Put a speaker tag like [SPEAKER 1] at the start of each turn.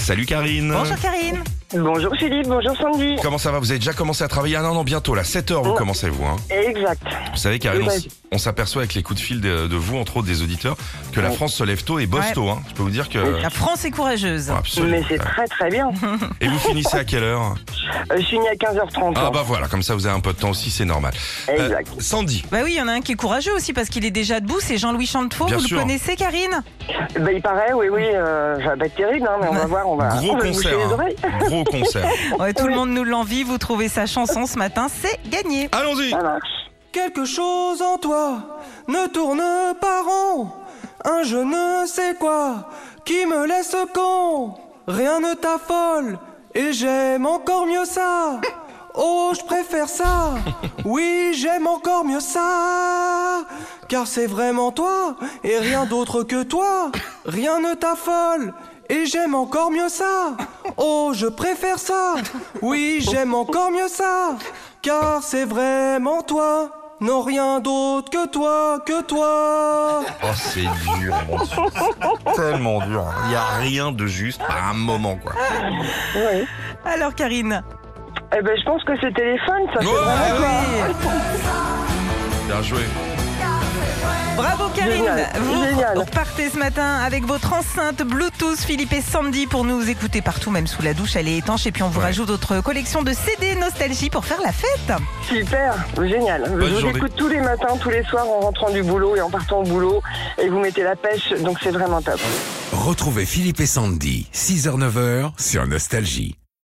[SPEAKER 1] Salut Karine.
[SPEAKER 2] Bonjour Karine.
[SPEAKER 3] Bonjour Philippe, bonjour Sandy.
[SPEAKER 1] Comment ça va Vous avez déjà commencé à travailler Ah non, non, bientôt, là, 7 heures, vous
[SPEAKER 3] Oh.
[SPEAKER 1] commencez, vous. Hein.
[SPEAKER 3] Exact.
[SPEAKER 1] Vous savez, Karine, on
[SPEAKER 3] Oui, bah,
[SPEAKER 1] s- on s'aperçoit avec les coups de fil de, de vous, entre autres des auditeurs, que la
[SPEAKER 3] Ouais.
[SPEAKER 1] France se lève tôt et bosse
[SPEAKER 2] Ouais.
[SPEAKER 1] tôt. Hein. Je peux vous dire que. Oh,
[SPEAKER 2] La France est courageuse.
[SPEAKER 1] Absolument.
[SPEAKER 3] Mais c'est très très bien.
[SPEAKER 1] Et vous finissez à quelle heure
[SPEAKER 3] Euh, Je suis né à 15h30.
[SPEAKER 1] Ah bah voilà, comme ça vous avez un peu de temps aussi, c'est normal. Euh,
[SPEAKER 3] Exact.
[SPEAKER 1] Sandy,
[SPEAKER 2] Bah oui, il y en a un qui est courageux aussi parce qu'il est déjà debout, c'est Jean-Louis Chantefaux.
[SPEAKER 1] Bien
[SPEAKER 2] Vous
[SPEAKER 1] sûr.
[SPEAKER 2] le connaissez, Karine
[SPEAKER 3] Bah, il paraît, oui, oui, euh, ça va être terrible, hein, mais on va voir, on va,
[SPEAKER 1] gros
[SPEAKER 3] on va se
[SPEAKER 1] concert.
[SPEAKER 3] boucher les
[SPEAKER 1] hein.
[SPEAKER 3] oreilles.
[SPEAKER 1] Gros concert.
[SPEAKER 2] ouais, Tout le monde nous l'envie. Vous trouvez sa chanson ce matin, c'est gagné.
[SPEAKER 1] Allons-y
[SPEAKER 3] Ça marche.
[SPEAKER 4] Quelque chose en toi ne tourne pas rond. Un je ne sais quoi qui me laisse con. Rien ne t'affole et j'aime encore mieux ça. Oh, je préfère ça. Oui, j'aime encore mieux ça. Car c'est vraiment toi et rien d'autre que toi. Rien ne t'affole et j'aime encore mieux ça. Oh, je préfère ça. Oui, j'aime encore mieux ça. Car c'est vraiment toi. Non, rien d'autre que toi, que toi.
[SPEAKER 1] Oh c'est dur, mon Dieu. C'est Tellement dur. hein. Il n'y a rien de juste à un moment, quoi.
[SPEAKER 3] Ouais.
[SPEAKER 2] Alors, Karine
[SPEAKER 3] Eh ben, je pense que c'est téléphone, ça. fait
[SPEAKER 1] Ouais.
[SPEAKER 3] vraiment
[SPEAKER 2] Ah oui.
[SPEAKER 1] Bien joué.
[SPEAKER 2] Bravo Karine
[SPEAKER 3] Génial,
[SPEAKER 2] Vous
[SPEAKER 3] génial.
[SPEAKER 2] partez ce matin avec votre enceinte Bluetooth Philippe et Sandy pour nous écouter partout, même sous la douche, elle est étanche. Et puis on vous
[SPEAKER 1] Ouais.
[SPEAKER 2] rajoute votre collection de CD Nostalgie pour faire la fête.
[SPEAKER 3] Super, génial.
[SPEAKER 1] Bonne
[SPEAKER 3] je vous
[SPEAKER 1] journée.
[SPEAKER 3] écoute tous les matins, tous les soirs en rentrant du boulot et en partant au boulot. Et vous mettez la pêche, donc c'est vraiment top.
[SPEAKER 5] Retrouvez Philippe et Sandy, 6h-9h sur Nostalgie.